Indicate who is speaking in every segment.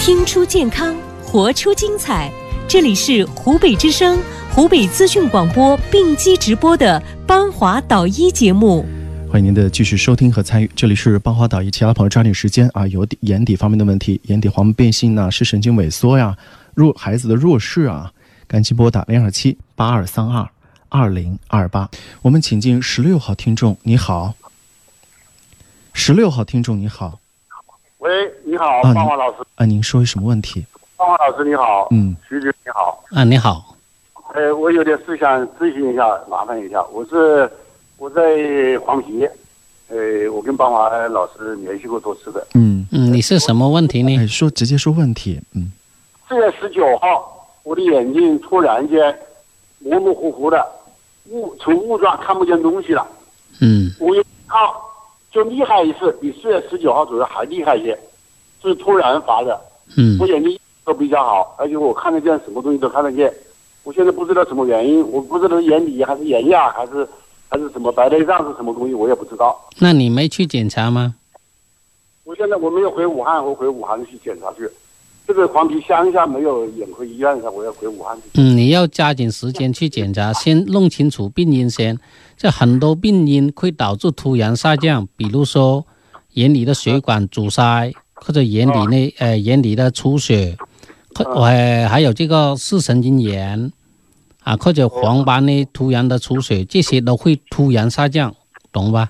Speaker 1: 听出健康，活出精彩。这里是湖北之声、湖北资讯广播并机直播的《邦华导医》节目。
Speaker 2: 欢迎您的继续收听和参与，这里是邦华导医，其他朋友抓紧时间啊！有眼底方面的问题，眼底黄斑变性呢、是神经萎缩呀，弱孩子的弱视啊，赶紧拨打零二七八二三二二零二八。我们请进十六号听众，你好，十六号听众你好
Speaker 3: 喂，你好，
Speaker 2: 啊
Speaker 3: 芳华老师，
Speaker 2: 啊，您说有什么问题？
Speaker 3: 芳华老师你好，
Speaker 2: 嗯，
Speaker 3: 徐局你好，
Speaker 4: 啊，你好，
Speaker 3: 呃，我有点事想咨询一下，麻烦一下，我是我在黄陂，呃，我跟邦华老师联系过多次的，
Speaker 2: 嗯，
Speaker 4: 嗯，你是什么问题呢？
Speaker 2: 哎，说直接说问题，嗯
Speaker 3: 四月十九号，我的眼睛突然间模模糊糊的，雾从雾状看不见东西了，
Speaker 4: 嗯
Speaker 3: 我又啊，就厉害一次，比四月十九号左右还厉害一些，是突然发的，
Speaker 4: 嗯
Speaker 3: 我眼睛都比较好，而且我看得见什么东西都看得见。我现在不知道什么原因，我不知道是眼底还是眼压还是还是什么白内障是什么东西，我也不知道。
Speaker 4: 那你没去检查吗？
Speaker 3: 我现在我没有回武汉，我回武汉去检查去。这个黄陂乡下没有眼科医院噻，我要回武汉去。
Speaker 4: 嗯，你要抓紧时间去检查，先弄清楚病因先。这很多病因会导致突然下降，比如说眼里的血管阻塞，或者眼底内
Speaker 3: 啊
Speaker 4: 呃眼底的出血，或呃还有这个视神经炎啊，或者黄斑呢突然的出血，这些都会突然下降，懂吧？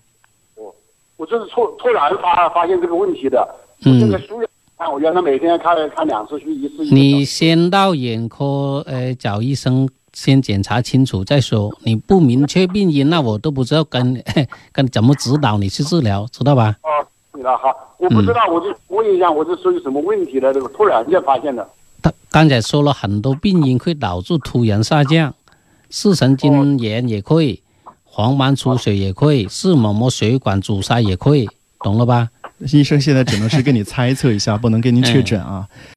Speaker 3: 我这是突突然发发现这个问题的。我这个
Speaker 4: 嗯，
Speaker 3: 输液，看我原来每天看看两次去，一次一次。
Speaker 4: 你先到眼科呃找医生先检查清楚再说。你不明确病因，那我都不知道跟 跟怎么指导你去治疗，知道吧？
Speaker 3: 啊，你了哈，我不知道，我就问一下，我这属于什么问题的？这个突然间发现的。
Speaker 4: 他刚才说了很多病因会导致突然下降，视神经炎也会，黄斑出血也会，视网膜血管阻塞也会，懂了吧？
Speaker 2: 医生现在只能是跟你猜测一下，不能给您确诊啊。